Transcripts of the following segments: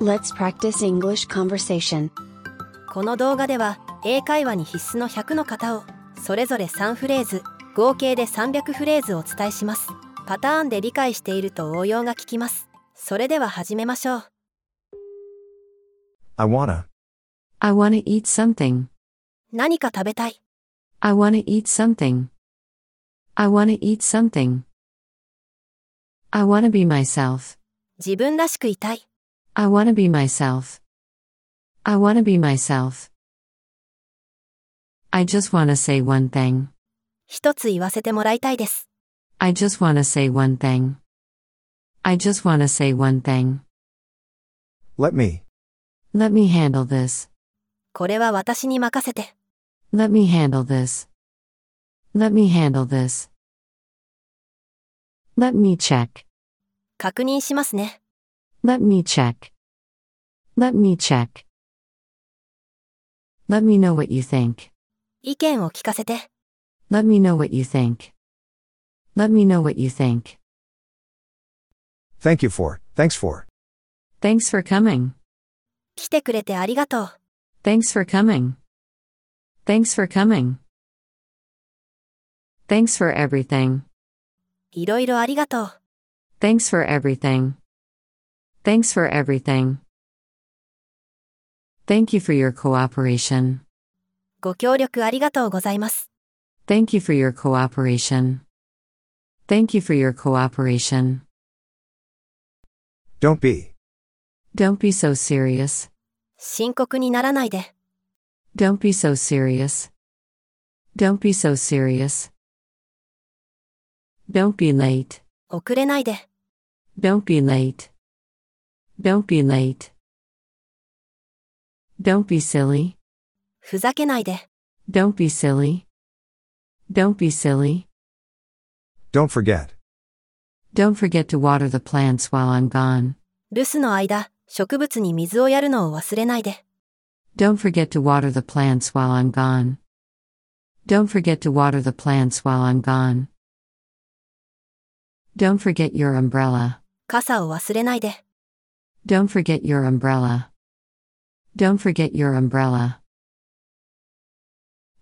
Let's practice English conversation. この動画では英会話に必須の100の型をそれぞれ3フレーズ合計で300フレーズをお伝えしますパターンで理解していると応用が効きますそれでは始めましょう I wanna. I want to eat something. 何か食べたい I want to eat something. I want to eat something. I want to be myself. 自分らしくいたい I want to be myself. I want to be myself. I just want to say one thing. 一つ言わせてもらいたいです I just want to say one thing. I just want to say one thing. Let me. Let me handle this. これは私に任せて Let me handle this. Let me handle this. Let me check. 確認しますね Let me check. Let me check. Let me know what you think. 意見を聞かせて Let me know what you think. Let me know what you think. Thank you for. Thanks for. Thanks for coming. 来てくれてありがとう Thanks for coming. Thanks for coming. Thanks for everything. いろいろありがとう Thanks for everything. Thanks for everything. Thank you for your cooperation. ご協力ありがとうございます。 Thank you for your cooperation. Thank you for your cooperation. Don't be. Don't be so serious. 深刻にならないで。 Don't be so serious. Don't be so serious. Don't be late. 遅れないで。 Don't be late. Don't be late. Don't be silly. ふざけないで。 Don't be silly. Don't be silly. Don't forget. Don't forget to water the plants while I'm gone. 留守の間、植物に水をやるのを忘れないで。 Don't forget to water the plants while I'm gone. Don't forget to water the plants while I'm gone. Don't forget your umbrella. 傘を忘れないで。 Don't forget your umbrella. Don't forget your umbrella.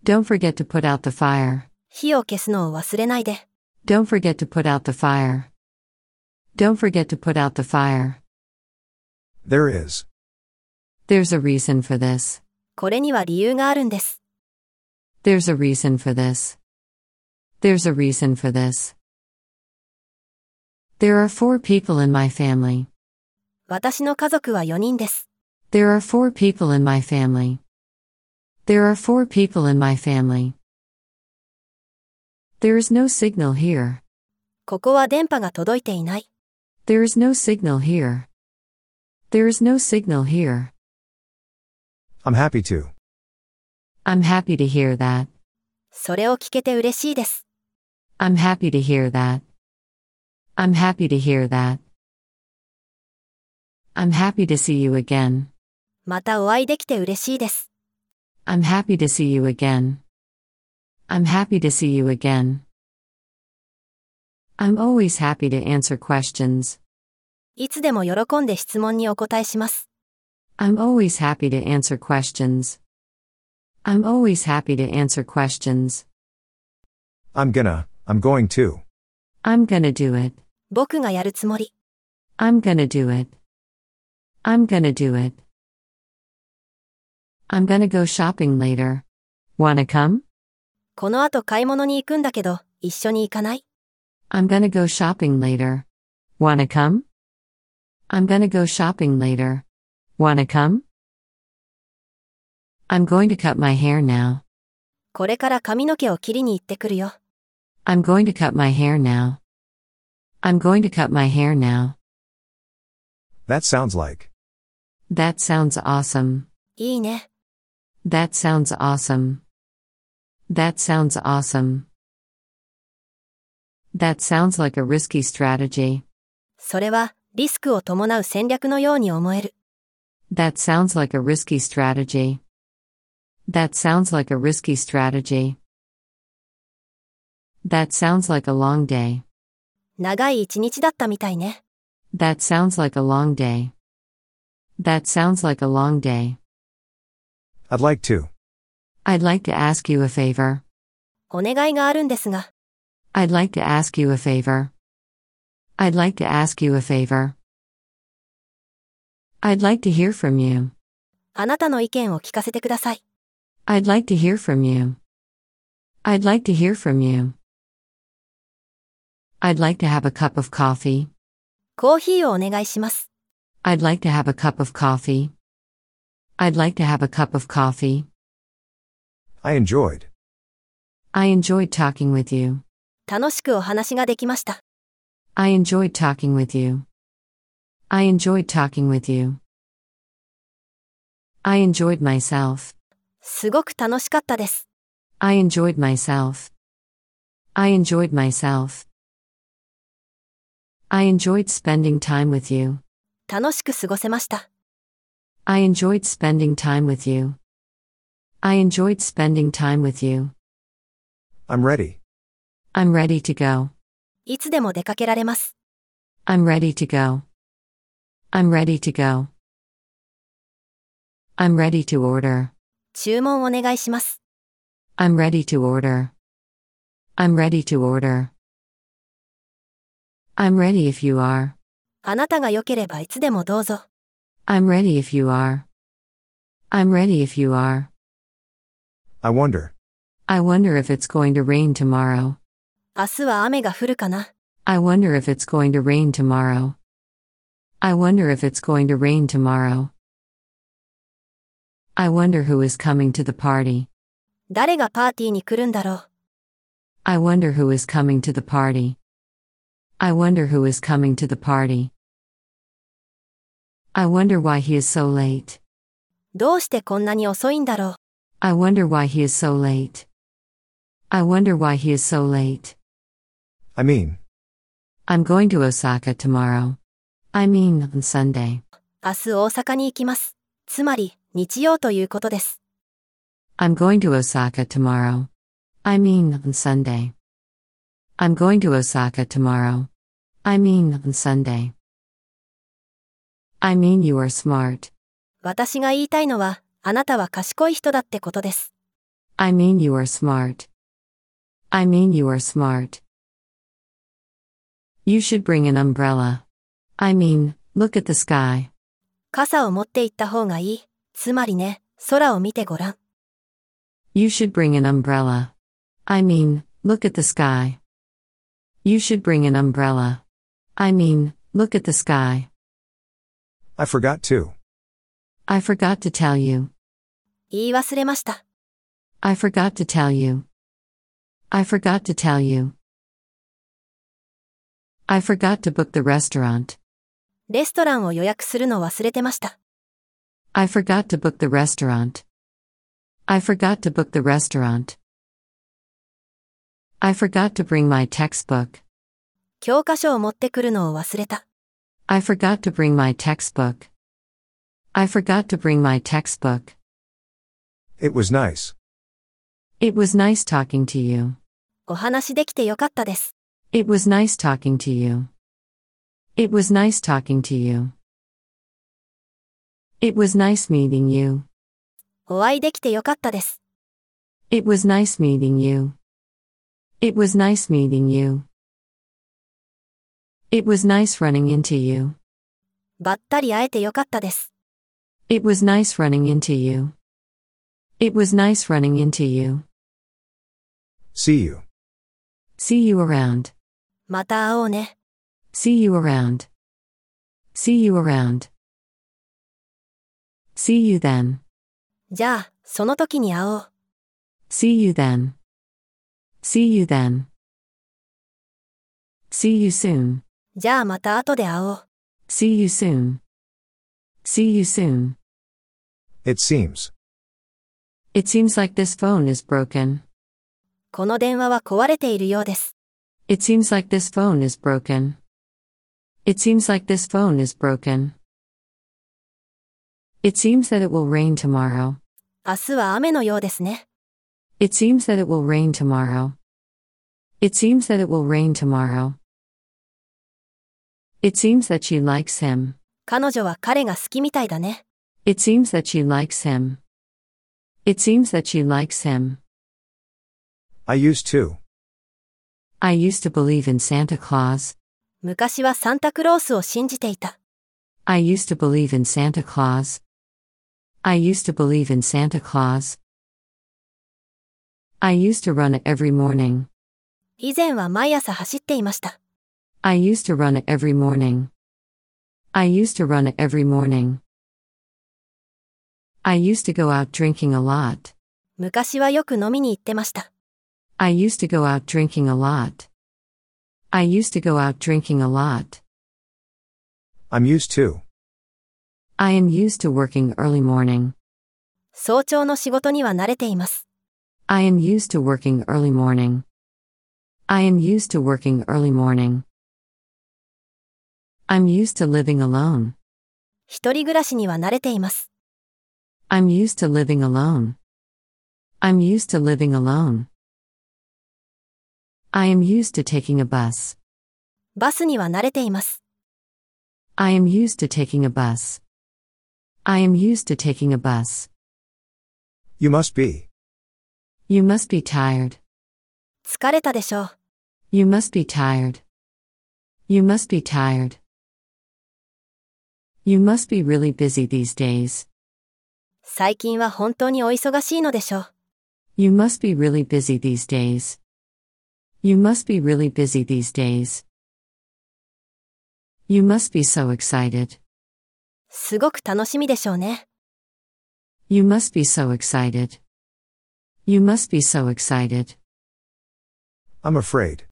Don't forget to put out the fire. 火を消すのを忘れないで。 Don't forget to put out the fire. Don't forget to put out the fire. There is. There's a reason for this. これには理由があるんです。 There's a reason for this. There's a reason for this. There are four people in my family. 私の家族は4人です。 There are four people in my family. There are four people in my family. There is no signal here. ここは電波が届いていない。 There is no signal here. There is no signal here. I'm happy to. I'm happy to hear that. それを聞けて嬉しいです。 I'm happy to hear that. I'm happy to hear that. I'm happy to see you again. またお会いできて嬉しいです。 I'm happy to see you again. I'm happy to see you again. I'm always happy to answer questions. いつでも喜んで質問にお答えします。 I'm always happy to answer questions. I'm always happy to answer questions. I'm gonna. I'm going to. I'm gonna do it. 僕がやるつもり。 I'm gonna do it. I'm gonna do it. I'm gonna go shopping later. Wanna come? この後買い物に行くんだけど、一緒に行かない I'm gonna go shopping later. Wanna come? I'm gonna go shopping later. Wanna come? I'm going to cut my hair now. これから髪の毛を切りに行ってくるよ。 I'm going to cut my hair now. I'm going to cut my hair now. That sounds like. That sounds awesome. いいね。 That sounds awesome. That sounds awesome. That sounds like a risky strategy. それは、リスクを伴う戦略のように思える。 That sounds like a risky strategy. That sounds like a risky strategy. That sounds like a long day. 長い一日だったみたいね。 That sounds like a long day. That sounds like a long day. I'd like to. I'd like to ask you a favor. お願いがあるんですが、 I'd like to ask you a favor. I'd like to ask you a favor. I'd like to hear from you. あなたの意見を聞かせてください。 I'd like to hear from you. I'd like to hear from you. I'd like to have a cup of coffee. コーヒーをお願いします。 I'd like to have a cup of coffee. I'd like to have a cup of coffee. I enjoyed. I enjoyed talking with you. 楽しくお話ができました。 I enjoyed talking with you. I enjoyed talking with you. I enjoyed myself. すごく楽しかったです。 I enjoyed myself. I enjoyed myself. I enjoyed spending time with you. 楽しく過ごせました。 I enjoyed spending time with you. I enjoyed spending time with you. I'm ready. I'm ready to go. いつでも出かけられます。 I'm ready to go. I'm ready to go. I'm ready to order. 注文お願いします。 I'm ready to order. I'm ready to order. I'm ready if you are. あなたが良ければいつでもどうぞ。 I'm ready if you are. I'm ready if you are. I wonder. I wonder if it's going to rain tomorrow. 明日は雨が降るかな。 I wonder if it's going to rain tomorrow. I wonder if it's going to rain tomorrow. I wonder who is coming to the party. 誰がパーティーに来るんだろう。 I wonder who is coming to the party. I wonder who is coming to the party. I wonder why he is so late. どうしてこんなに遅いんだろう。 I wonder why he is so late. I wonder why he is so late. I mean, I'm going to Osaka tomorrow. I mean, on Sunday. 明日大阪に行きます。つまり、日曜ということです。 I'm going to Osaka tomorrow. I mean, on Sunday. I'm going to Osaka tomorrow. I mean, on Sunday. I mean, you are smart. 私が言いたいのは、あなたは賢い人だってことです。 I mean, you are smart. I mean, you are smart. You should bring an umbrella. I mean, look at the sky. 傘を持って行った方がいい。つまりね、空を見てごらん。 You should bring an umbrella. I mean, look at the sky. You should bring an umbrella. I mean, look at the sky. I forgot to. I forgot to tell you. 言い忘れました。 I forgot to tell you. I forgot to tell you. I forgot to book the restaurant. レストランを予約するの忘れてました。 I forgot to book the restaurant. I forgot to book the restaurant. I forgot to bring my textbook. 教科書を持ってくるのを忘れた。 I forgot to bring my textbook. I forgot to bring my textbook. It was nice. It was nice talking to you. お話できてよかったです。 It was nice talking to you. It was nice talking to you. It was nice meeting you. お会いできてよかったです。 It was nice meeting you. It was nice meeting you. It was nice running into you. ばったり会えてよかったです。 It was nice running into you. It was nice running into you. See you. See you around. また会おうね。 See you around. See you around. See you then. じゃあ、その時に会おう。 See you then. See you then. See you soon. じゃあまた後で会おう。 See you soon. See you soon. It seems. It seems like this phone is broken. この電話は壊れているようです。 It seems like this phone is broken. It seems like this phone is broken. It seems that it will rain tomorrow. 明日は雨のようですね。 It seems that it will rain tomorrow. It seems that it will rain tomorrow. It seems that she likes him. 彼女は彼が好きみたいだね。 It seems that she likes him. It seems that she likes him. I used to. I used to believe in Santa Claus. 昔はサンタクロースを信じていた。 I used to believe in Santa Claus. I used to believe in Santa Claus. I used to run every morning. 以前は毎朝走っていました。 I used to run every morning. I used to run every morning. I used to go out drinking a lot. 昔はよく飲みに行ってました。 I used to go out drinking a lot. I used to go out drinking a lot. I'm used to. I am used to working early morning. 早朝の仕事には慣れています。 I am used to working early morning. I am used to working early morning. I'm used to living alone. 一人暮らしには慣れています。 I'm used to living alone. I'm used to living alone. I am used to taking a bus. バスには慣れています。 I am used to taking a bus. I am used to taking a bus. You must be. You must be tired. 疲れたでしょう。 You must be tired. You must be tired. You must be really busy these days. 最近は本当にお忙しいのでしょう。 You must be really busy these days. You must be really busy these days. You must be so excited. すごく楽しみでしょうね。 You must be so excited. You must be so excited. I'm afraid.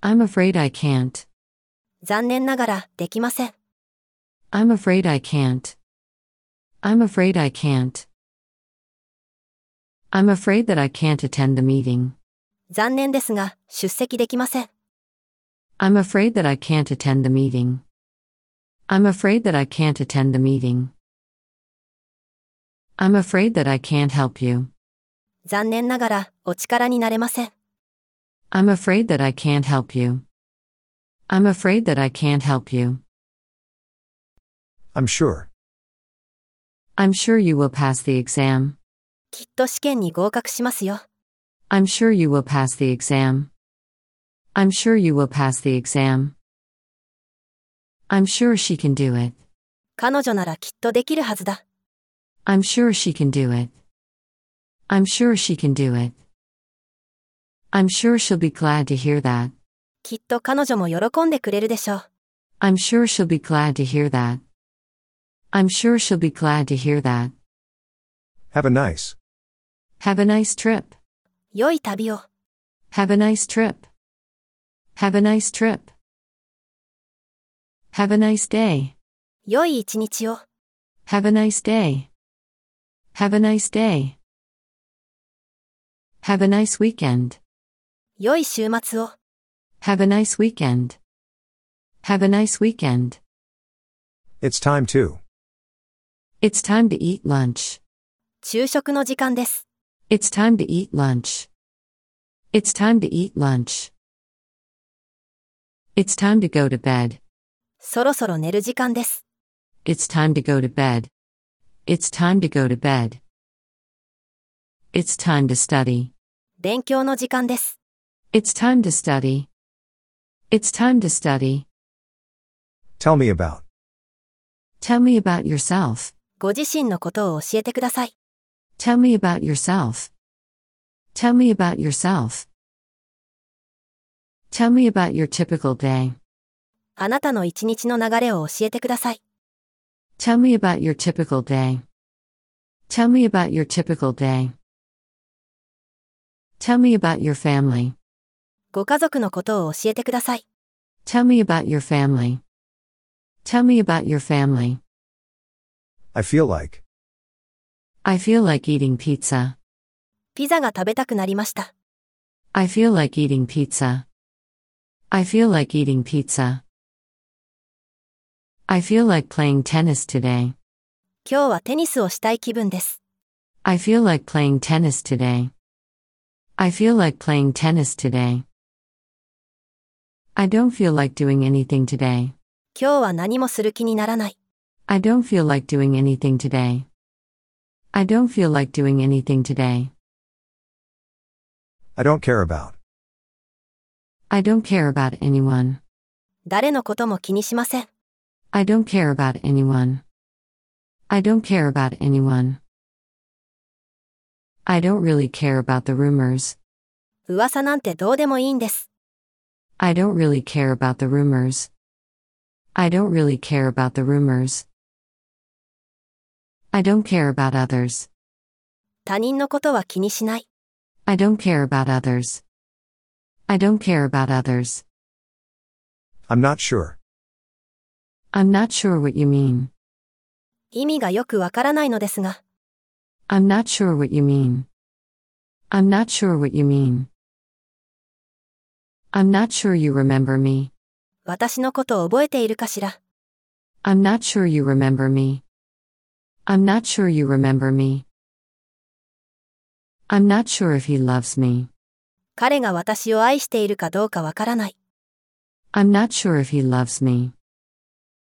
I'm afraid I can't. 残念ながら、できません。 I'm afraid I can't. I'm afraid I can't. I'm afraid that I can't attend the meeting. 残念ですが、出席できません。 I'm afraid that I can't attend the meeting. I'm afraid that I can't attend the meeting. I'm afraid that I can't help you. 残念ながら、お力になれません。 I'm afraid that I can't help you. I'm afraid that I can't help you. I'm sure. I'm sure you will pass the exam. きっと試験に合格しますよ。 I'm sure you will pass the exam. I'm sure you will pass the exam. I'm sure she can do it. 彼女ならきっとできるはずだ。 I'm sure she can do it. I'm sure she can do it. I'm sure she'll be glad to hear that. きっと彼女も喜んでくれるでしょう。 I'm sure she'll be glad to hear that. I'm sure she'll be glad to hear that. Have a nice. Have a nice trip. 良い旅を。 Have a nice trip. Have a nice trip. Have a nice day. 良い一日を。 Have a nice day. Have a nice day. Have a nice weekend. 良い週末を。 Have a nice weekend. Have a nice weekend. It's time to. It's time to eat lunch. 昼食の時間です。 It's time to eat lunch. It's time to eat lunch. It's time to go to bed. そろそろ寝る時間です。 It's time to go to bed. It's time to go to bed. It's time to study. 勉強の時間です。 It's time to study. It's time to study. Tell me about. Tell me about yourself. ご自身のことを教えてください。 Tell me about yourself. Tell me about yourself. Tell me about your typical day. あなたの一日の流れを教えてください。 Tell me about your typical day. Tell me about your typical day. Tell me about your family. ご家族のことを教えてください。 Tell me about your family. Tell me about your family. I feel like. I feel like eating pizza. ピザが食べたくなりました。 I feel like eating pizza. I feel like eating pizza. I feel like playing tennis today. 今日はテニスをしたい気分です。 I feel like playing tennis today. I feel like playing tennis today. I don't feel like doing anything today. 今日は何もする気にならない。 I don't feel like doing anything today. I don't feel like doing anything today. I don't care about. I don't care about anyone. 誰のことも気にしません。 I don't care about anyone. I don't care about anyone. I don't really care about the rumors. 噂なんてどうでもいいんです。 I don't really care about the rumors. I don't really care about the rumors. I don't care about others. 他人のことは気にしない。 I don't care about others. I don't care about others. I'm not sure. I'm not sure what you mean. 意味がよくわからないのですが、 I'm not sure what you mean. I'm not sure what you mean. I'm not sure you remember me. 私のことを覚えているかしら。 I'm not sure you remember me. I'm not sure you remember me. I'm not sure if he loves me. 彼が私を愛しているかどうかわからない。 I'm not sure if he loves me.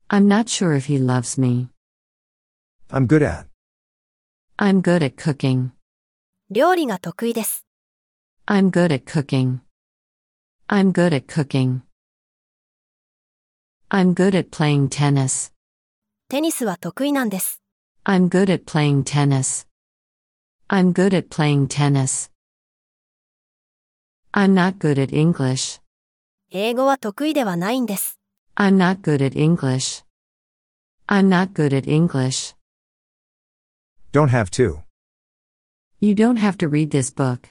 I'm not sure if he loves me. I'm good at. I'm good at cooking. 料理が得意です。 I'm good at cooking. I'm good at cooking. I'm good at playing tennis. テニスは得意なんです。 I'm good at playing tennis. I'm good at playing tennis. I'm not good at English. 英語は得意ではないんです。 I'm not good at English. I'm not good at English. Don't have to. You don't have to read this book.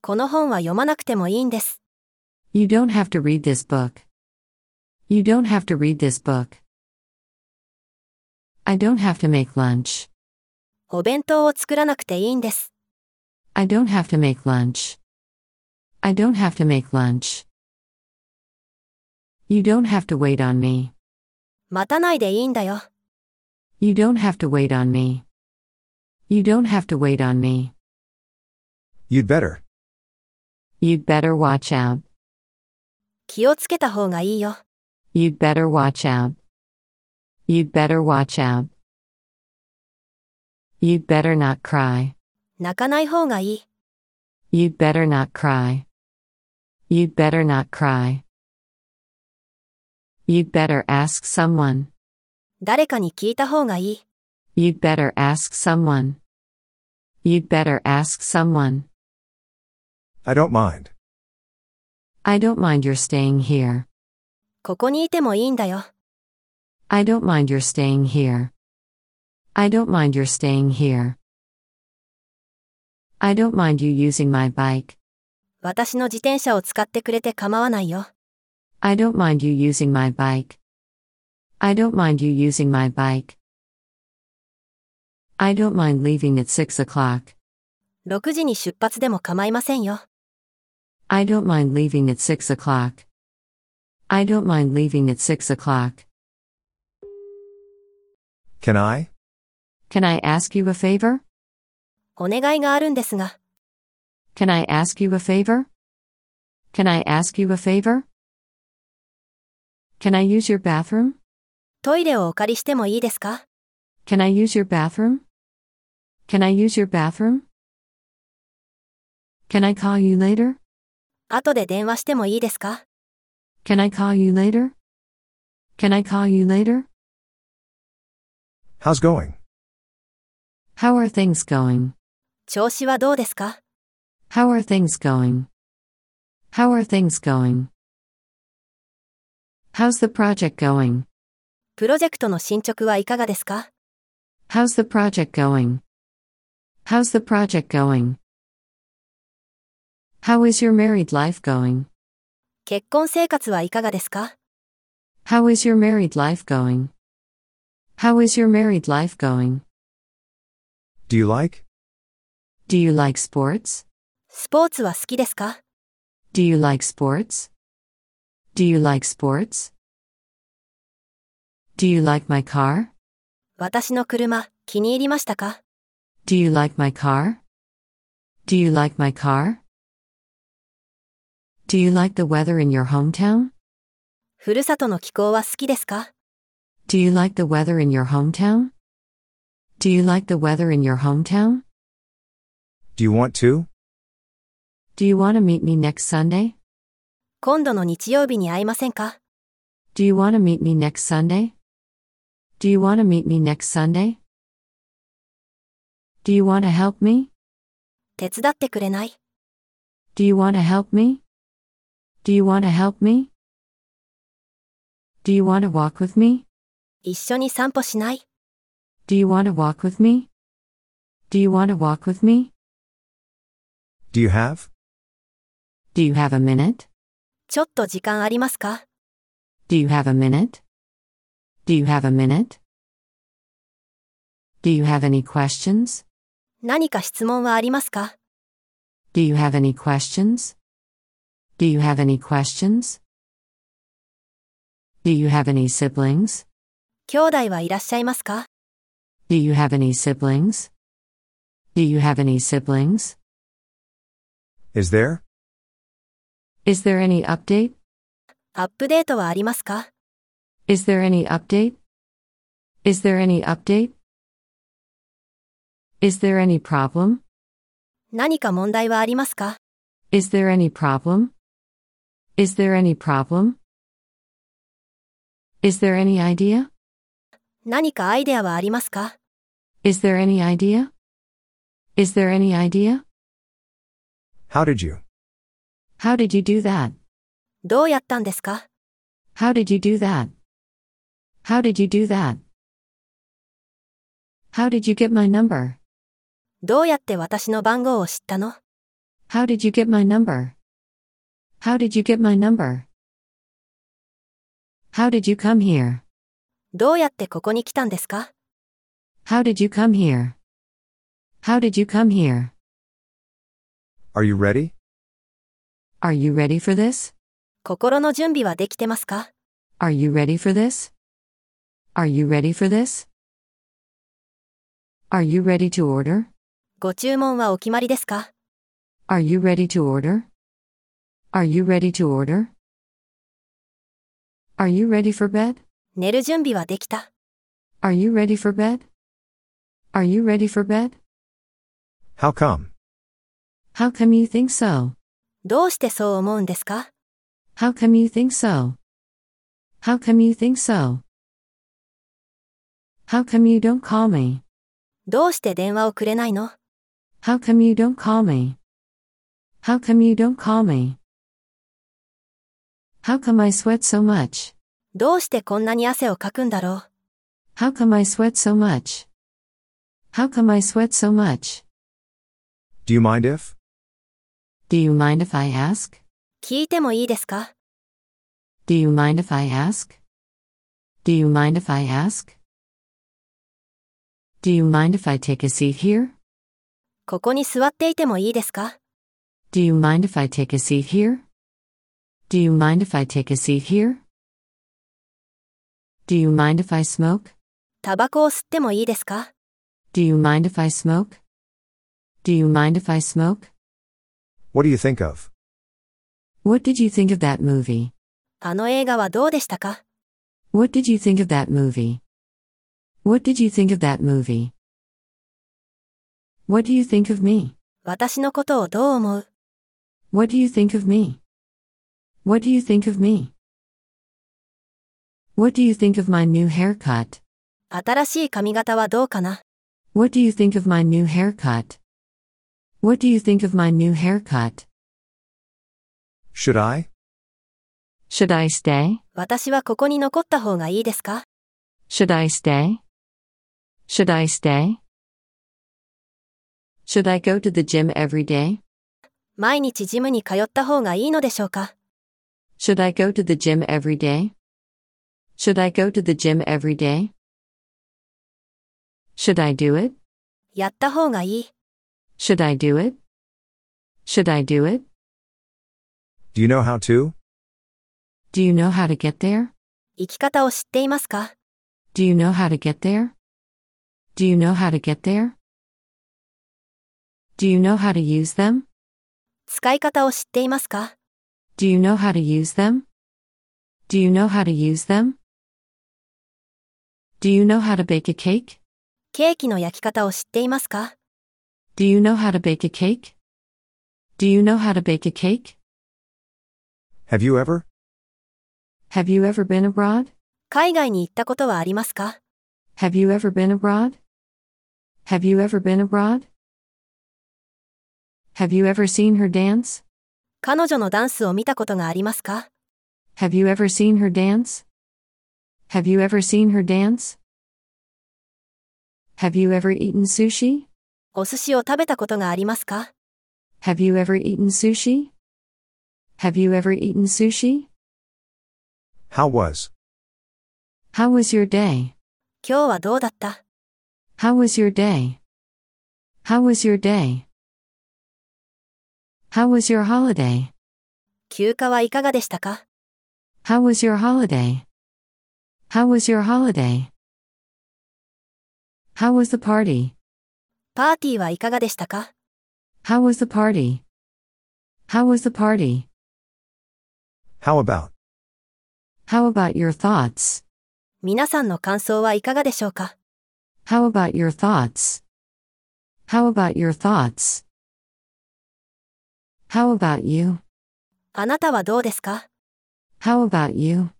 この本は読まなくてもいいんです。 You don't have to read this book. You don't have to read this book. I don't have to make lunch. お弁当を作らなくていいんです。 I don't have to make lunch. I don't have to make lunch. You don't have to wait on me. 待たないでいいんだよ。 You don't have to wait on me. You don't have to wait on me. You'd better. You'd better watch out. 気をつけた方がいいよ。 You'd better watch out. You'd better watch out. You'd better not cry. 泣かない方がいい。 You'd better not cry. You'd better not cry. You'd better ask someone. 誰かに聞いた方がいい。 You'd better ask someone. You'd better ask someone. I don't mind. I don't mind your staying here. ここにいてもいいんだよ。 I don't mind your staying here. I don't mind your staying here. I don't mind you using my bike. 私の自転車を使ってくれて構わないよ。 I don't mind you using my bike. I don't mind you using my bike. I don't mind leaving at six o'clock. 6時に出発でも構いませんよ。 I don't mind leaving at six o'clock. I don't mind leaving at six o'clock. Can I? Can I ask you a favor? お願いがあるんですが、 Can I ask you a favor? Can I ask you a favor? Can I use your bathroom? トイレをお借りしてもいいですか Can I use your bathroom? Can I use your bathroom? Can I call you later? 後で電話してもいいですか Can I call you later? Can I call you later? How's going? How are things going? 調子はどうですか How are things going? How are things going? How's the project going? プロジェクトの進捗はいかがですか How's the project going? How's the project going? How is your married life going? 結婚生活はいかがですか How is your married life going? How is your married life going? Do you like? Do you like sports? スポーツは好きですか Do you like sports? Do you like sports? Do you like my car? 私の車、気に入りましたか Do you like my car? Do you like my car? Do you like the weather in your hometown? ふるさとの気候は好きですか Do you like the weather in your hometown? Do you like the weather in your hometown? Do you want to? Do you want to meet me next Sunday? 今度の日曜日に会いませんか Do you want to meet me next Sunday? Do you want to meet me next Sunday? Do you want to help me? 手伝ってくれない Do you want to help me? Do you want to help me? Do you want to walk with me? 一緒に散歩しない Do you want to walk with me? Do you want to walk with me? Do you have? Do you have a minute? ちょっと時間ありますか Do you have a minute? Do you have a minute? Do you have any questions? 何か質問はありますか Do you have any questions? Do you have any questions? Do you have any siblings? 兄弟はいらっしゃいますか Do you have any siblings? Do you have any siblings? Is there? Is there any update? アップデートはありますか Is there any update? Is there any update? Is there any problem? 何か問題はありますか Is there any problem? Is there any problem? Is there any idea? 何かアイデアはありますか Is there any idea? Is there any idea? How did you? How did you do that? どうやったんですか How did you do that? How did you do that? How did you get my number? どうやって私の番号を知ったの How did you get my number? How did you get my number? How did you come here? どうやってここに来たんですか How did you come here? How did you come here? Are you ready? Are you ready for this? 心の準備はできてますか Are you ready for this? Are you ready for this? Are you ready to order? ご注文はお決まりですか Are you ready to order? Are you ready to order? Are you ready for bed? 寝る準備はできた。 Are you ready for bed? Are you ready for bed? How come? How come you think so? どうしてそう思うんですか How come you think so? How come you think so? How come you don't call me? どうして電話をくれないの How come you don't call me? How come you don't call me? How come I sweat so much? どうしてこんなに汗をかくんだろう How come I sweat so much? How come I sweat so much? Do you mind if? Do you mind if I ask? 聞いてもいいですか Do you mind if I ask? Do you mind if I ask? Do you mind if I take a seat here? ここに座っていてもいいですか Do you mind if I take a seat here? Do you mind if I take a seat here? Do you mind if I smoke? タバコを吸ってもいいですか Do you mind if I smoke? Do you mind if I smoke? What do you think of? What did you think of that movie? あの映画はどうでしたか What did you think of that movie? What did you think of that movie? What do you think of me? 私のことをどう思う What do you think of me? What do you think of me? What do you think of my new haircut? 新しい髪型はどうかな What do you think of my new haircut? What do you think of my new haircut? Should I? Should I stay? 私はここに残った方がいいですか Should I stay? Should I stay? Should I go to the gym every day? 毎日ジムに通った方がいいのでしょうか Should I go to the gym every day? Should I go to the gym every day? Should I do it? やった方がいい。 Should I do it? Should I do it? Do you know how to? Do you know how to get there? 生き方を知っていますか Do you know how to get there? Do you know how to get there? Do you know how to use them? 使い方を知っていますか Do you know how to use them? Do you know how to use them? Do you know how to bake a cake? ケーキの焼き方を知っていますか Do you know how to bake a cake? Do you know how to bake a cake? Have you ever? Have you ever been abroad? 海外に行ったことはありますか Have you ever been abroad? Have you ever been abroad? Have you ever seen her dance? 彼女のダンスを見たことがありますか Have you ever seen her dance? Have you ever seen her dance? Have you ever eaten sushi? お寿司を食べたことがありますか Have you ever eaten sushi? Have you ever eaten sushi? How was? How was your day? 今日はどうだった How was your day? How was your day? How was your holiday? 休暇はいかがでしたか How was your holiday? How was your holiday? How was the party? パーティーはいかがでしたか How was the party? How was the party? How about? How about your thoughts? 皆さんの感想はいかがでしょうか How about your thoughts? How about your thoughts? How about you? あなたはどうですか How about you?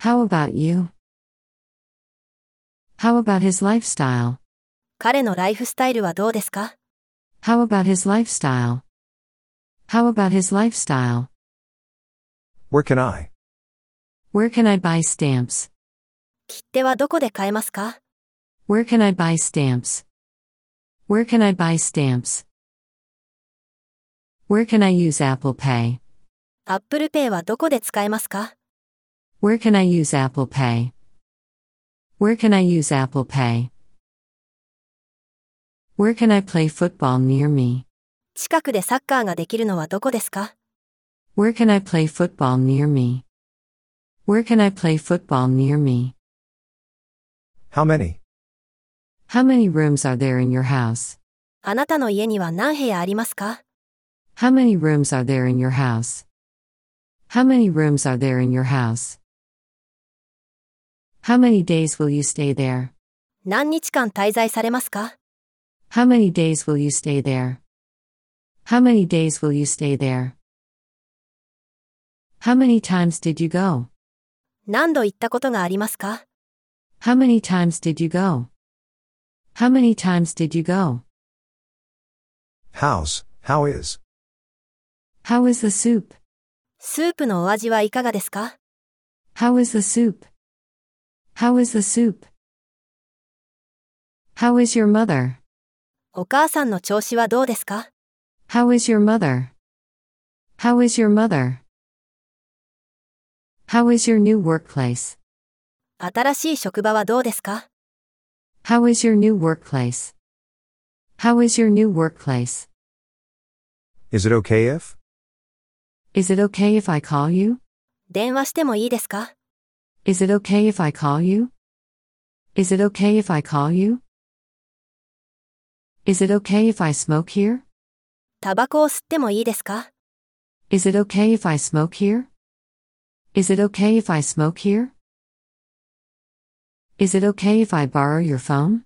How about you? How about his lifestyle? 彼のライフスタイルはどうですか How about his lifestyle? How about his lifestyle? Where can I? Where can I buy stamps? 切手はどこで買えますか Where can I buy stamps? Where can I buy stamps? Where can I use Apple Pay? Apple Pay はどこで使えますか Where can I use Apple Pay? Where can I use Apple Pay? Where can I play football near me? 近くでサッカーができるのはどこですか Where can I play football near me? Where can I play football near me? How many? How many rooms are there in your house? あなたの家には何部屋ありますか How many rooms are there in your house? How many rooms are there in your house? How many days will you stay there? 何日間滞在されますか How many days will you stay there? How many days will you stay there? How many times did you go? 何度行ったことがありますか How many times did you go? How many times did you go? How's? How is? How is the soup? スープのお味はいかがですか How is the soup? How is the soup? How is your mother? お母さんの調子はどうですか How is your mother? How is your mother? How is your new workplace? 新しい職場はどうですか How is your new workplace? How is your new workplace? Is it okay if? Is it okay if I call you? 電話してもいいですか Is it okay if I call you? Is it okay if I call you? Is it okay if I smoke here? タバコを吸ってもいいですか Is it okay if I smoke here? Is it okay if I smoke here? Is it okay if I borrow your phone?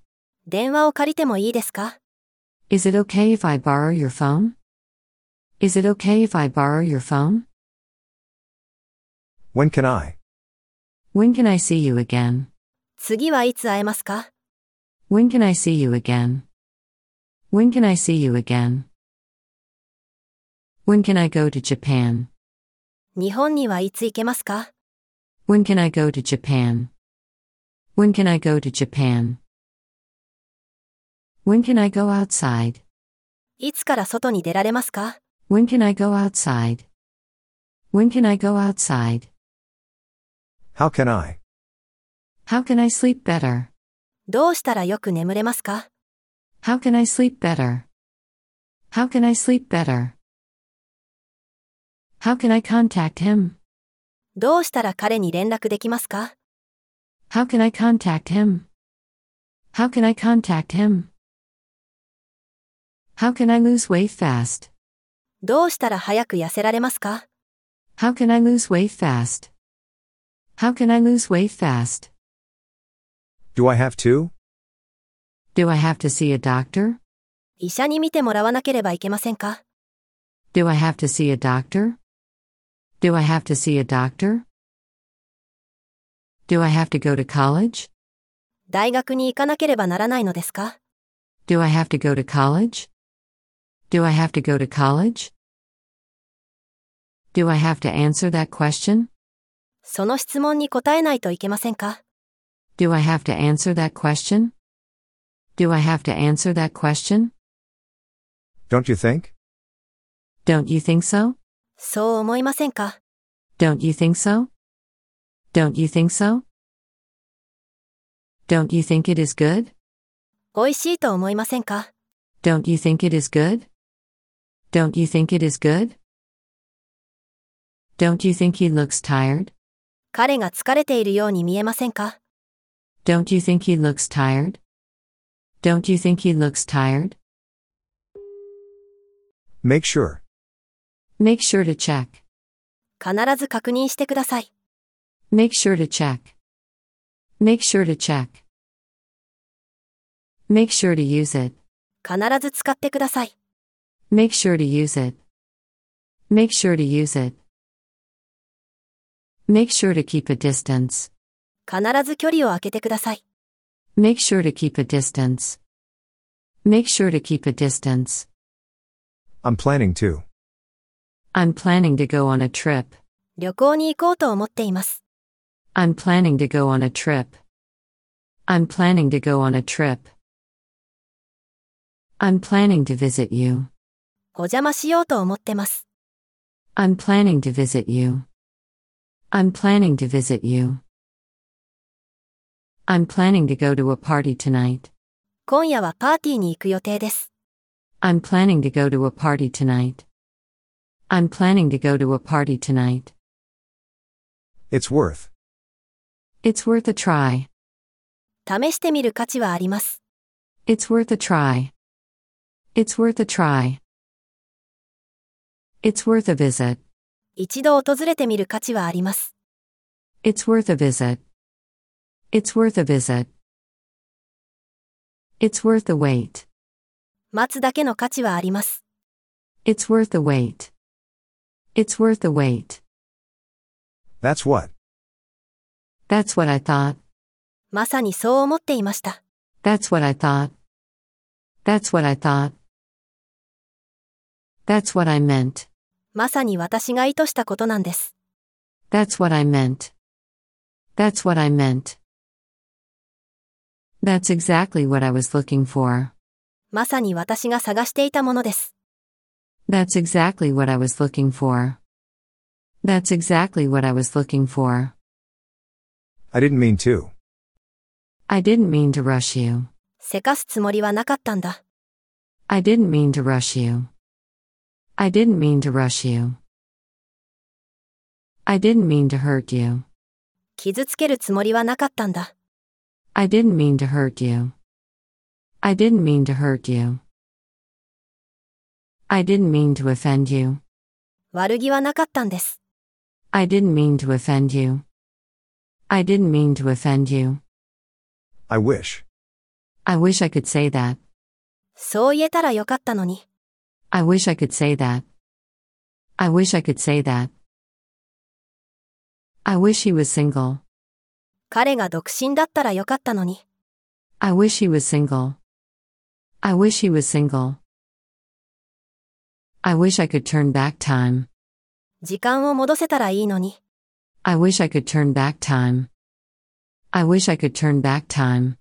電話を借りてもいいですか Is it okay if I borrow your phone? Is it okay if I borrow your phone? When can I? When can I see you again? 次はいつ会えますか When can I see you again? When can I see you again? When can I go to Japan? 日本にはいつ行けますか When can I go to Japan? When can I go to Japan? When can I go outside? いつから外に出られますか When can I go outside? When can I go outside? How can I? How can I sleep better? どうしたらよく眠れますか How can I sleep better? How can I sleep better? How can I contact him? どうしたら彼に連絡できますか How can I contact him? How can I contact him? How can I lose weight fast? どうしたら早く痩せられますか How can I lose weight fast? How can I lose weight fast? Do I have to? Do I have to see a doctor? 医者に見てもらわなければいけませんか Do I have to see a doctor? Do I have to see a doctor? Do I have to go to college? 大学に行かなければならないのですか Do I have to go to college? Do I have to go to college? Do I have to answer that question? その質問に答えないといけませんか Do I have to answer that question? Do I have to answer that question? Don't you think? Don't you think so? そう思いませんか Don't you think so? Don't you think so? Don't you think it is good? 美味しいと思いませんか Don't you think it is good? Don't you think it is good? Don't you think he looks tired? 彼が疲れているように見えませんか Don't you think he looks tired? Don't you think he looks tired? Make sure. Make sure to check. 必ず確認してください。 Make sure to check. Make sure to check. Make sure to use it. 必ず使ってください。 Make sure to use it. Make sure to use it. Make sure to keep a distance. 必ず距離を空けてください。 Make sure to keep a distance. Make sure to keep a distance. I'm planning to. I'm planning to go on a trip. 旅行に行こうと思っています。 I'm planning to go on a trip. I'm planning to go on a trip. I'm planning to visit you. お邪魔しようと思ってます。 I'm planning to visit you. I'm planning to visit you. I'm planning to go to a party tonight. 今夜はパーティーに行く予定です。 I'm planning to go to a party tonight. I'm planning to go to a party tonight. It's worth. It's worth a try. 試してみる価値はあります。 It's worth a try. It's worth a try. It's worth a visit. 一度訪れてみる価値はあります。 It's worth a visit. It's worth a visit. It's worth the wait. 待つだけの価値はあります。 It's worth the wait. It's worth the wait. That's what. That's what I thought. まさにそう思っていました。 That's what I thought. That's what I thought. That's what I meant. まさに私が意図したことなんです。 That's what I meant. That's what I meant. That's exactly what I was looking for. まさに私が探していたものです。 That's exactly what I was looking for. That's exactly what I was looking for. I didn't mean to. I didn't mean to rush you. せかすつもりはなかったんだ。 I didn't mean to rush you. I didn't mean to rush you. I didn't mean to hurt you. 傷つけるつもりはなかったんだ。 I didn't mean to hurt you. I didn't mean to hurt you. I didn't mean to offend you. 悪気はなかったんです。 I didn't mean to offend you. I didn't mean to offend you. I wish. I wish I could say that. そう言えたらよかったのに。 I wish I could say that. I wish I could say that. I wish he was single. 彼が独身だったらよかったのに。 I wish he was single. I wish he was single. I wish I could turn back time. 時間を戻せたらいいのに。 I wish I could turn back time. I wish I could turn back time.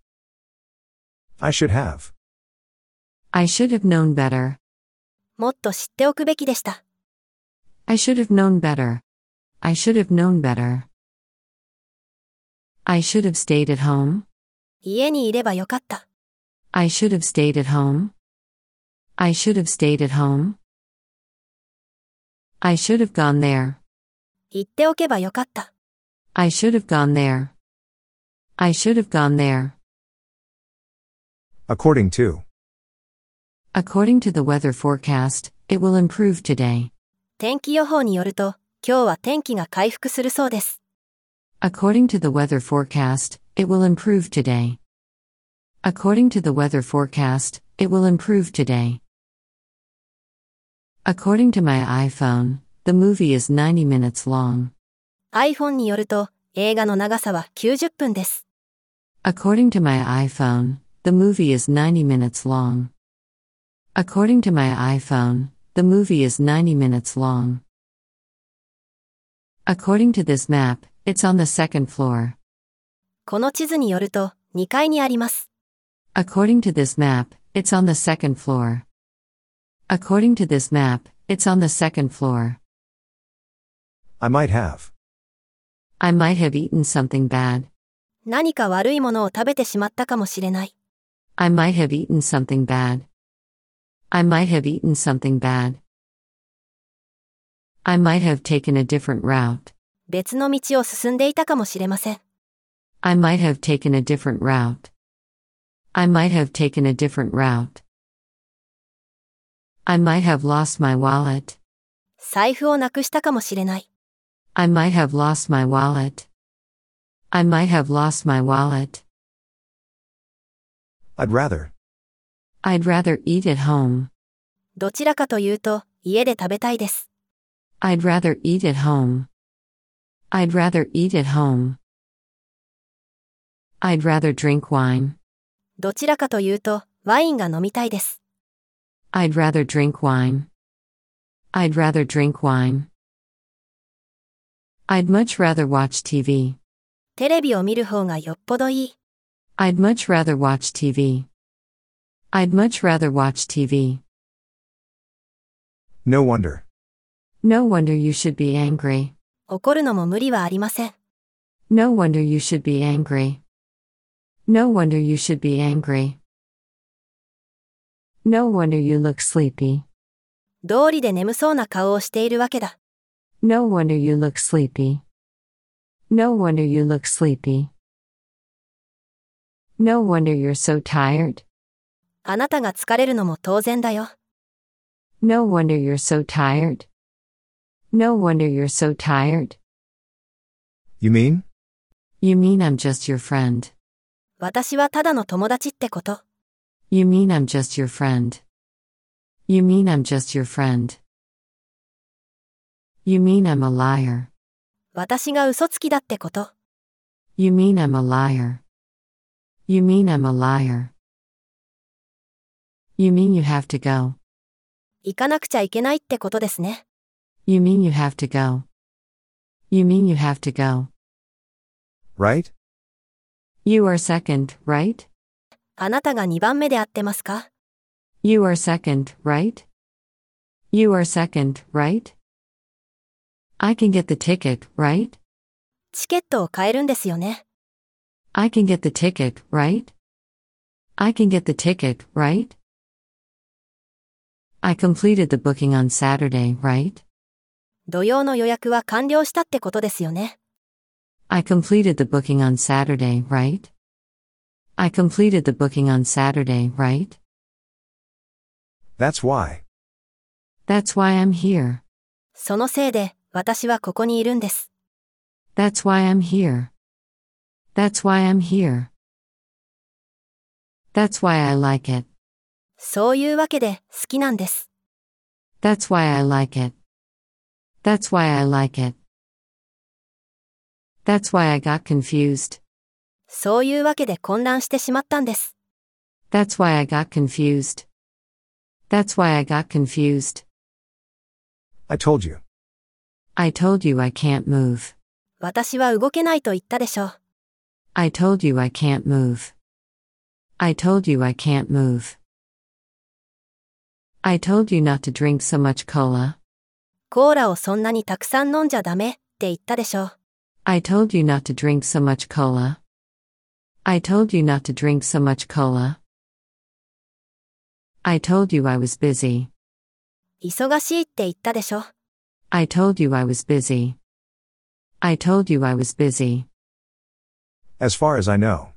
I should have. I should have known better. もっと知っておくべきでした。 I should have known better. I should have known better. I should have stayed at home. 家にいればよかった。 I should have stayed at home. I should have stayed at home. I should have gone there. 言っておけばよかった。 I should have gone there. I should have gone there. According to. According to the weather forecast, it will improve today. 天気予報によると、今日は天気が回復するそうです。 According to the weather forecast, it will improve today. According to the weather forecast, it will improve today. According to my iPhone, the movie is 90 minutes long. iPhone によると、映画の長さは90分です。 According to my iPhone, the movie is 90 minutes long. According to my iPhone, the movie is 90 minutes long. According to this map, it's on the second floor. この地図によると、2階にあります。 According to this map, it's on the second floor. According to this map, it's on the second floor. I might have. I might have eaten something bad. 何か悪いものを食べてしまったかもしれない。 I might have eaten something bad. I might have eaten something bad. I might have taken a different route. 別の道を進んでいたかもしれません。 I might have taken a different route. I might have taken a different route. I might have lost my wallet. 財布をなくしたかもしれない。 I might have lost my wallet. I might have lost my wallet. I'd rather. I'd rather eat at home. どちらかというと、家で食べたいです。 I'd rather eat at home. I'd rather eat at home. I'd rather drink wine. どちらかというと、ワインが飲みたいです。 I'd rather drink wine. I'd rather drink wine. I'd much rather watch TV. テレビを見る方がよっぽどいい。 I'd much rather watch TV. I'd much rather watch TV. No wonder. No wonder you should be angry. 怒るのも無理はありません。 No wonder you should be angry. No wonder you should be angry. No wonder you look sleepy. 道理で眠そうな顔をしているわけだ。 No wonder you look sleepy. No wonder you look sleepy. No wonder you're so tired. あなたが疲れるのも当然だよ。 No wonder you're so tired. No wonder you're so tired. You mean? You mean I'm just your friend. 私はただの友達ってこと。 You mean I'm just your friend. You mean I'm just your friend. You mean I'm a liar. 私が嘘つきだってこと。 You mean I'm a liar. You mean I'm a liar. You mean you have to go. 行かなくちゃいけないってことですね。 You mean you have to go. You mean you have to go. Right? You are second, right? あなたが2番目で合ってますか You are second, right? You are second, right? I can get the ticket, right? チケットを買えるんですよね。 I can get the ticket, right? I can get the ticket, right? I completed the booking on Saturday, right? 土曜の予約は完了したってことですよね。 I completed the booking on Saturday, right? I completed the booking on Saturday, right? That's why. That's why I'm here. そのせいで、私はここにいるんです。 That's why I'm here. That's why I'm here. That's why I like it. そういうわけで、好きなんです。 That's why I like it. That's why I like it. That's why I got confused. そういうわけで混乱してしまったんです。 That's why I got confused. That's why I got confused. I told you. I told you I can't move. 私は動けないと言ったでしょう。 I told you I can't move. I told you I can't move. I told you not to drink so much cola. コーラをそんなにたくさん飲んじゃダメって言ったでしょう。 I told you not to drink so much cola. I told you not to drink so much cola. I told you I was busy. 忙しいって言ったでしょ。 I told you I was busy. I told you I was busy. As far as I know.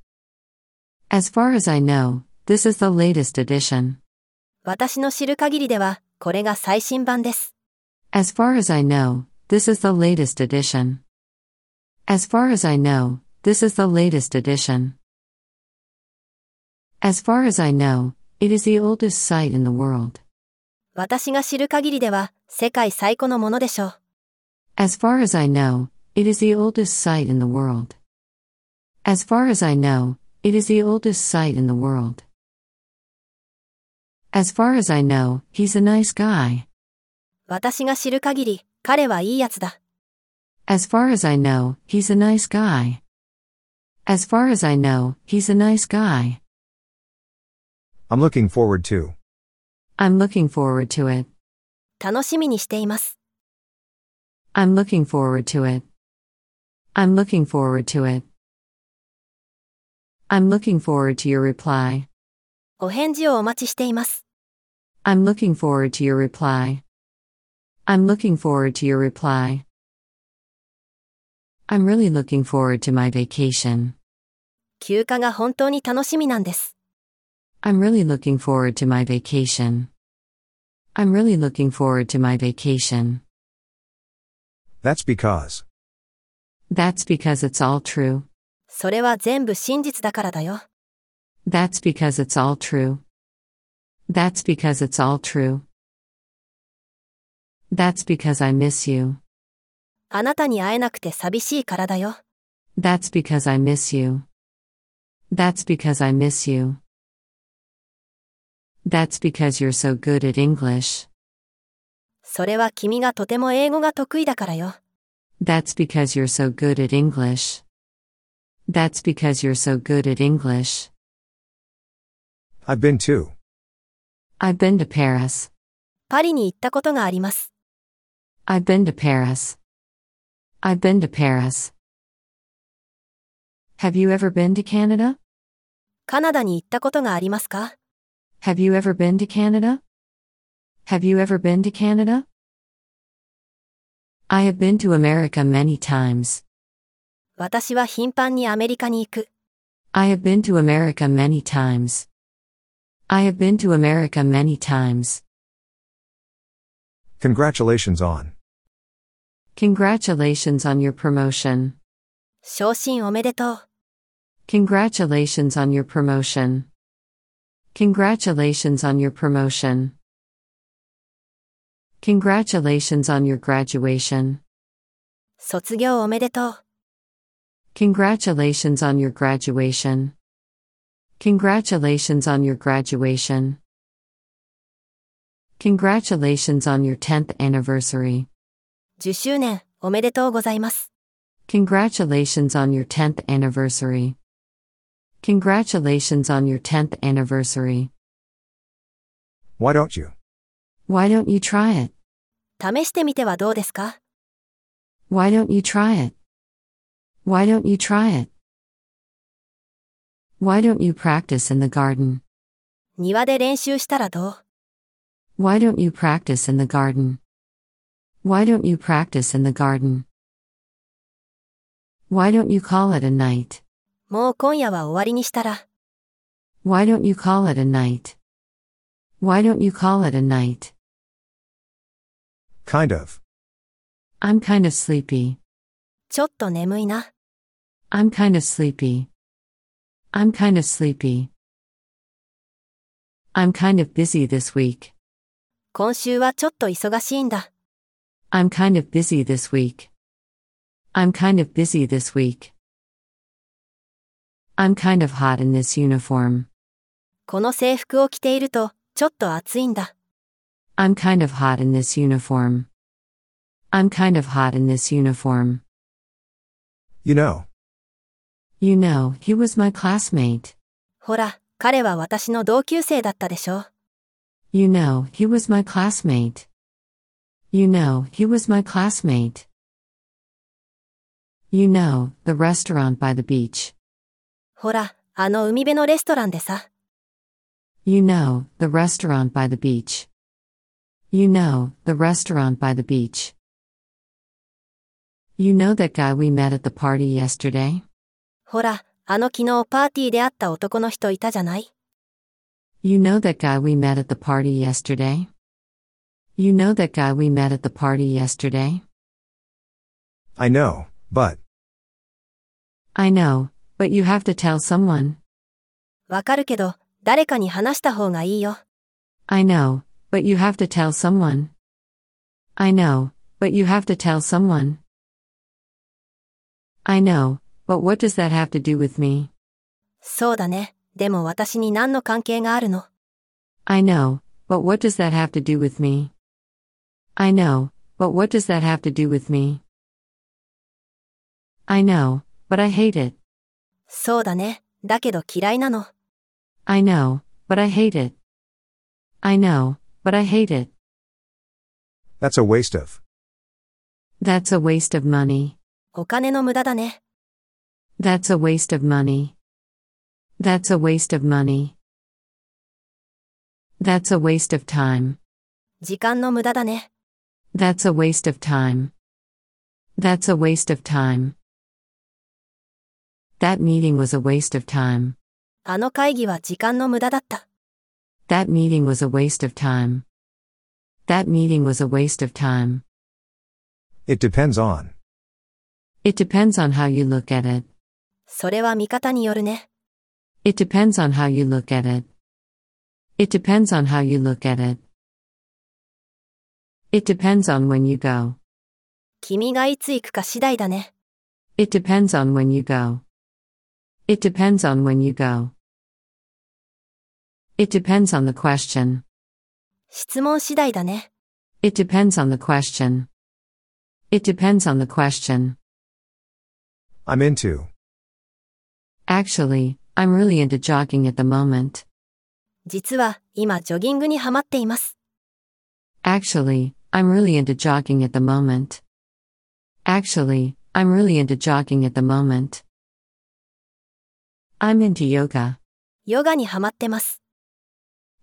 As far as I know, this is the latest edition. 私の知る限りでは、これが最新版です。 As far as I know, this is the latest edition. As far as I know, this is the latest edition. As far as I know, it is the oldest site in the world. 私が知る限りでは、世界最古のものでしょう。 As far as I know, it is the oldest site in the world. As far as I know, it is the oldest site in the world. As far as I know, he's a nice guy. 私が知る限り、彼はいいやつだ。 As far as I know, he's a nice guy. As far as I know, he's a nice guy. I'm looking forward to. I'm looking forward to it. 楽しみにしています。 I'm looking forward to it. I'm looking forward to it. I'm looking forward to your reply. お返事をお待ちしています。 I'm looking forward to your reply. I'm looking forward to your reply. I'm really looking forward to my vacation. 休暇が本当に楽しみなんです。 I'm really looking forward to my vacation. I'm really looking forward to my vacation. That's because. That's because it's all true. それは全部真実だからだよ。 That's because it's all true. That's because it's all true. That's because I miss you. あなたに会えなくて寂しいからだよ。 That's because I miss you. That's because I miss you. That's because you're so good at English. それは君がとても英語が得意だからよ。 That's because you're so good at English. That's because you're so good at English. I've been to. I've been to Paris. パリに行ったことがあります。 I've been to Paris. I've been to Paris. Have you ever been to Canada? カナダに行ったことがありますか Have you ever been to Canada? Have you ever been to Canada? I have been to America many times. 私は頻繁にアメリカに行く。 I have been to America many times. I have been to America many times. Congratulations on. Congratulations on your promotion. 昇進おめでとう。 Congratulations on your promotion. Congratulations on your promotion. Congratulations on your graduation. 卒業おめでとう。 Congratulations on your graduation. Congratulations on your graduation. Congratulations on your 10th anniversary. 10周年、おめでとうございます。 Congratulations on your 10th anniversary. Congratulations on your 10th anniversary. Why don't you? Why don't you try it? 試してみてはどうですか Why don't you try it? Why don't you try it? Why don't you practice in the garden? 庭で練習したらどう Why don't you practice in the garden? Why don't you practice in the garden? Why don't you call it a night? もう今夜は終わりにしたら。 Why don't you call it a night? Why don't you call it a night? Kind of. I'm kind of sleepy. ちょっと眠いな。 I'm kind of sleepy. I'm kind of sleepy. I'm kind of busy this week. 今週はちょっと忙しいんだ。 I'm kind of busy this week. I'm kind of busy this week. I'm kind of hot in this uniform. この制服を着ていると、ちょっと暑いんだ。 I'm kind of hot in this uniform. I'm kind of hot in this uniform. You know. You know, he was my classmate. ほら、彼は私の同級生だったでしょう。 You know, he was my classmate. You know, he was my classmate. You know, the restaurant by the beach. ほら、あの海辺のレストランでさ。 You know, the restaurant by the beach. You know, the restaurant by the beach. You know that guy we met at the party yesterday? ほら、あの昨日パーティーで会った男の人いたじゃない You know that guy we met at the party yesterday? You know that guy we met at the party yesterday? I know, but. I know, but you have to tell someone. わかるけど、誰かに話した方がいいよ。 I know, but you have to tell someone. I know, but you have to tell someone. I know, but what does that have to do with me? そうだね。でも私に何の関係があるの I know, but what does that have to do with me? I know, but what does that have to do with me? I know, but I hate it. そうだね。だけど嫌いなの。 I know, but I hate it. I know, but I hate it. That's a waste of. That's a waste of money. お金の無駄だね。 That's a waste of money. That's a waste of money. That's a waste of time. 時間の無駄だね。 That's a waste of time. That's a waste of time. That meeting was a waste of time. あの会議は時間の無駄だった。 That meeting was a waste of time. That meeting was a waste of time. It depends on. It depends on how you look at it. それは見方によるね。 It depends on how you look at it. It depends on how you look at it. It depends on when you go. 君がいつ行くか次第だね。 It depends on when you go. It depends on when you go. It depends on the question. 質問次第だね。 It depends on the question. It depends on the question. I'm into. Actually, I'm really into jogging at the moment. 実は、今ジョギングにハマっています。 Actually, I'm really into jogging at the moment. Actually, I'm really into jogging at the moment. I'm into yoga. ヨガにハマってます。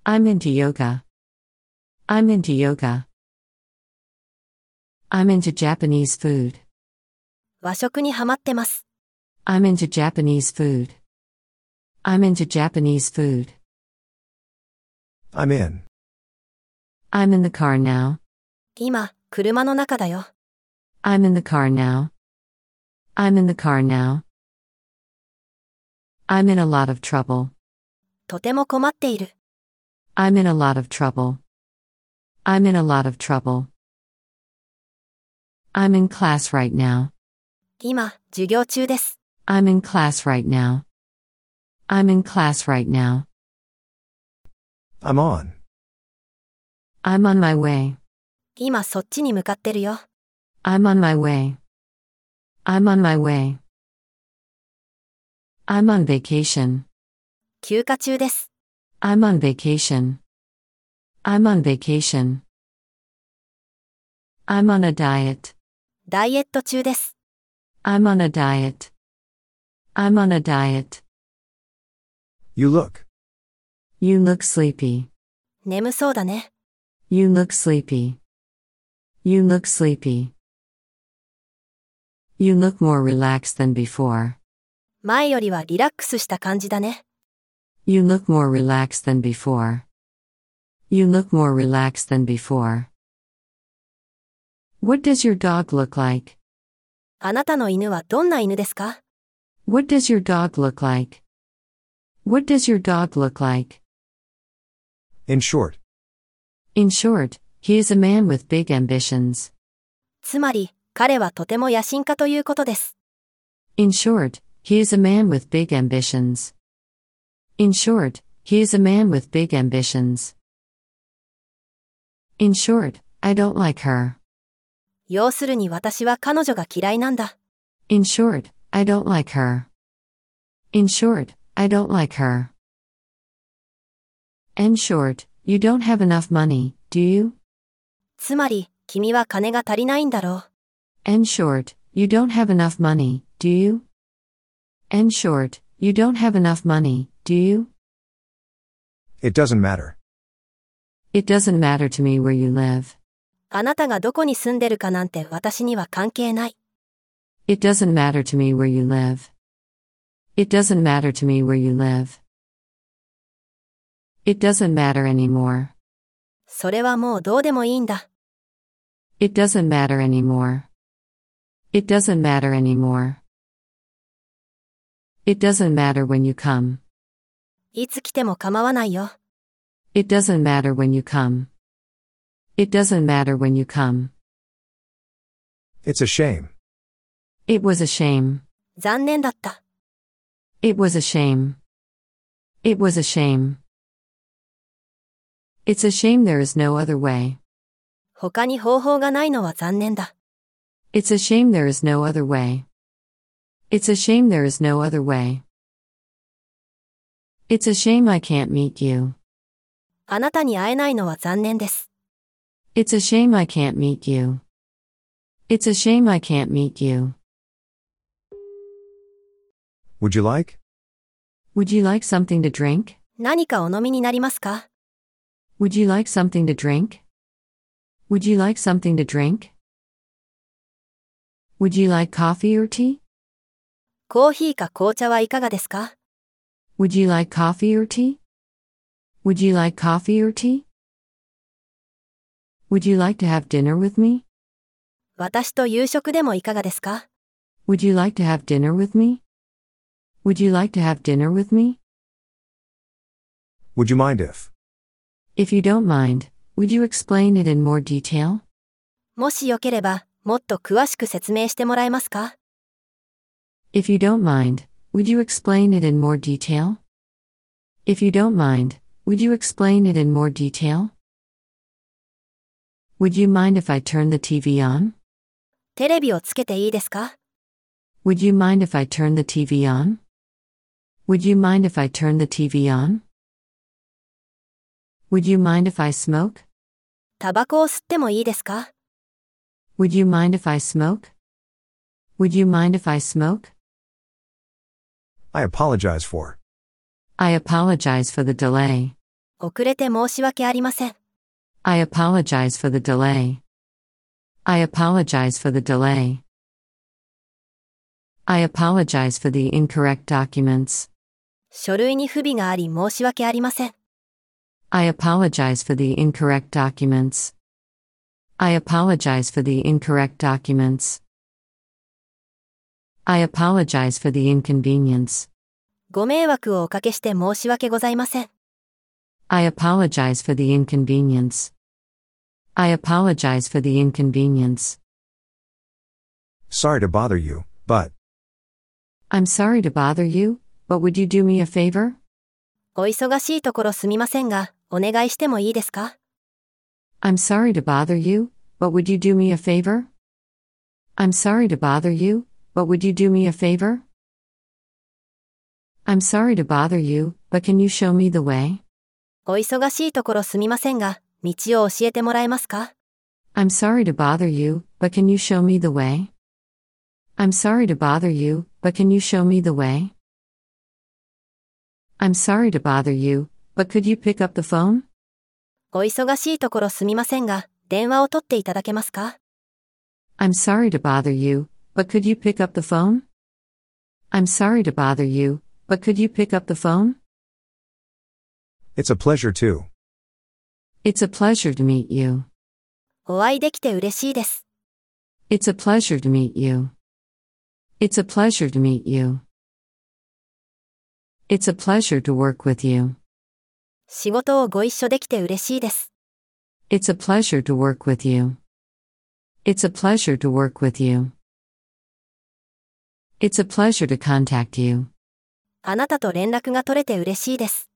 I'm into yoga. I'm into yoga. I'm into Japanese food. 和食にハマってます。 I'm into Japanese food. I'm into Japanese food. I'm in. I'm in the car now. 今、車の中だよ。 I'm in the car now. I'm in the car now. I'm in a lot of trouble. とても困っている。 I'm in a lot of trouble. I'm in a lot of trouble. I'm in class right now. 今、授業中です。 I'm in class right now. I'm in class right now. I'm on. I'm on my way. 今そっちに向かってるよ。 I'm on my way. I'm on my way. I'm on vacation. 休暇中です。 I'm on vacation. I'm on vacation. I'm on a diet. ダイエット中です。 I'm on a diet. I'm on a diet. You look. You look sleepy. 眠そうだね。 You look sleepy. You look sleepy. You look more relaxed than before. 前よりはリラックスした感じだね。 You look more relaxed than before. You look more relaxed than before. What does your dog look like? あなたの犬はどんな犬ですか What does your dog look like? What does your dog look like? In short. In short, he is a man with big ambitions. つまり、彼はとても野心家ということです。 In short, he is a man with big ambitions. In short, he is a man with big ambitions. In short, I don't like her. 要するに私は彼女が嫌いなんだ。 In short, I don't like her. In short, I don't like her. In short, you don't have enough money, do you? つまり、君は金が足りないんだろう。 In short, you don't have enough money, do you? In short, you don't have enough money, do you? It doesn't matter. It doesn't matter to me where you live. あなたがどこに住んでるかなんて私には関係ない。 It doesn't matter to me where you live. It doesn't matter to me where you live. It doesn't matter anymore. それはもうどうでもいいんだ。 It doesn't matter anymore. It doesn't matter anymore. It doesn't matter when you come. いつ来ても構わないよ。 It doesn't matter when you come. It doesn't matter when you come. It's a shame. It was a shame. 残念だった。 It was a shame. It was a shame. It's a shame there is no other way. 他に方法がないのは残念だ。 It's a shame there is no other way. It's a shame there is no other way. It's a shame I can't meet you. あなたに会えないのは残念です。 It's a shame I can't meet you. It's a shame I can't meet you. Would you like? Would you like something to drink? 何かお飲みになりますか Would you like something to drink? Would you like something to drink? Would you like coffee or tea? コーヒーか紅茶はいかがですか Would you like coffee or tea? Would you like coffee or tea? Would you like to have dinner with me? 私と夕食でもいかがですか Would you like to have dinner with me? Would you like to have dinner with me? Would you mind if? If you don't mind, would you explain it in more detail? もしよければ、もっと詳しく説明してもらえますか If you don't mind, would you explain it in more detail? If you don't mind, would you explain it in more detail? Would you mind if I turn the TV on? テレビをつけていいですか Would you mind if I turn the TV on? Would you mind if I turn the TV on? Would you mind if I smoke? タバコを吸ってもいいですか Would you mind if I smoke? Would you mind if I smoke? I apologize for. I apologize for the delay. 遅れて申し訳ありません。 I apologize for the delay. I apologize for the delay. I apologize for the incorrect documents. 書類に不備があり申し訳ありません。 I apologize for the incorrect documents. I apologize for the incorrect documents. I apologize for the inconvenience. ご迷惑をおかけして申し訳ございません。 I apologize for the inconvenience. I apologize for the inconvenience. Sorry to bother you, but I'm sorry to bother you, but would you do me a favor? お忙しいところすみませんが、お願いしてもいいですか I'm sorry to bother you, but would you do me a favor? I'm sorry to bother you, but would you do me a favor? I'm sorry to bother you, but can you show me the way? お忙しいところすみませんが、道を教えてもらえますか I'm sorry to bother you, but can you show me the way? I'm sorry to bother you, but can you show me the way? I'm sorry to bother you, but could you pick up the phone? お忙しいところすみませんが、電話を取っていただけますか I'm sorry to bother you, but could you pick up the phone? I'm sorry to bother you, but could you pick up the phone? it's a pleasure too. It's a pleasure to meet you. お会いできて嬉しいです。 It's a pleasure to meet you. It's a pleasure to meet you. It's a pleasure to work with you. 仕事をご一緒できて嬉しいです。 It's a pleasure to work with you. It's a pleasure to work with you. It's a pleasure to contact you. あなたと連絡が取れて嬉しいです。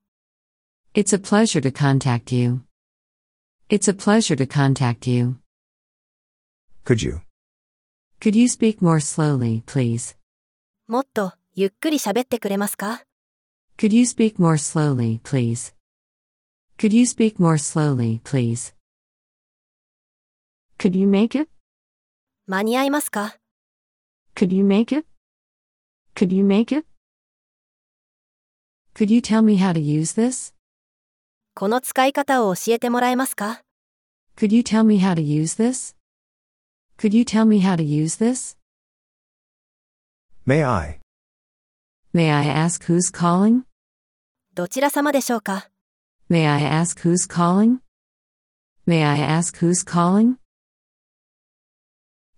It's a pleasure to contact you. It's a pleasure to contact you. Could you? Could you speak more slowly, please? もっと、ゆっくり喋ってくれますか Could you speak more slowly, please? Could you speak more slowly, please? Could you make it? 間に合いますか Could you make it? Could you make it? Could you tell me how to use this? この使い方を教えてもらえますか Could you tell me how to use this? Could you tell me how to use this? May I? May I ask who's calling? どちら様でしょうか May I ask who's calling? May I ask who's calling?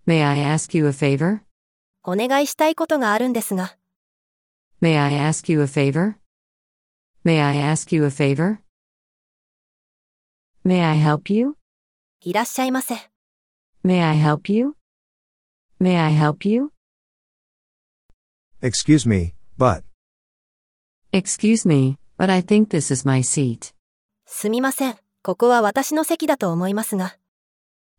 May I ask you a favor? お願いしたいことがあるんですが、 May I ask you a favor? May I ask you a favor? May I help you? いらっしゃいませ。 May I help you? May I help you? Excuse me, but. Excuse me, but I think this is my seat. すみません。ここは私の席だと思いますが。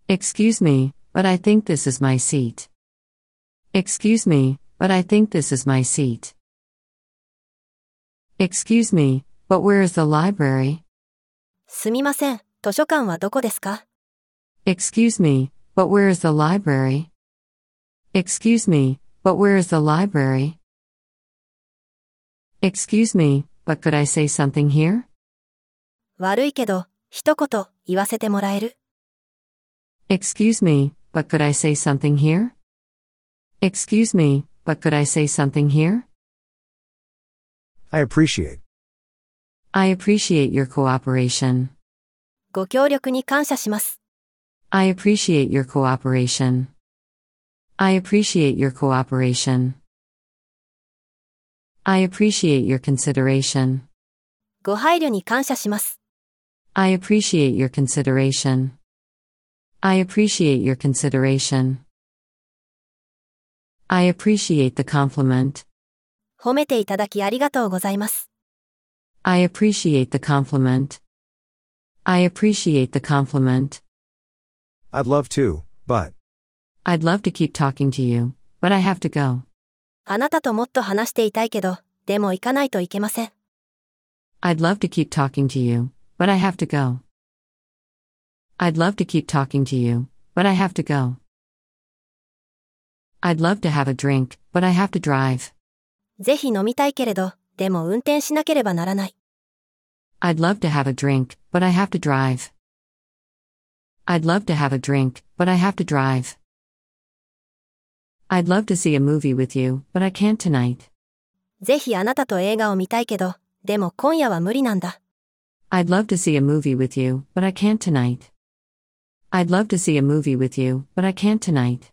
Excuse me, but I think this is my seat. Excuse me, but I think this is my seat. Excuse me, but where is the library? すみません。図書館はどこですか Excuse me, but where is the library? Excuse me, but where is the library? Excuse me, but could I say something here? 悪いけど、一言言わせてもらえる。 Excuse me, but could I say something here? Excuse me, but could I say something here? I appreciate. I appreciate your cooperation. ご協力に感謝します。 I appreciate your cooperation. I appreciate your cooperation. I appreciate your consideration. ご配慮に感謝します。 I appreciate your consideration. I appreciate your consideration. I appreciate the compliment. 褒めていただきありがとうございます。 I appreciate the compliment. I appreciate the compliment. I'd love to, but. I'd love to keep talking to you, but I have to go. あなたともっと話していたいけど、でも行かないといけません。 I'd love to keep talking to you, but I have to go. I'd love to keep talking to you, but I have to go. I'd love to have a drink, but I have to drive. ぜひ飲みたいけれど、でも運転しなければならない。 I'd love to have a drink, but I have to drive. I'd love to have a drink, but I have to drive. I'd love to see a movie with you, but I can't tonight. ぜひあなたと映画を見たいけど、でも今夜は無理なんだ。 I'd love to see a movie with you, but I can't tonight. I'd love to see a movie with you, but I can't tonight.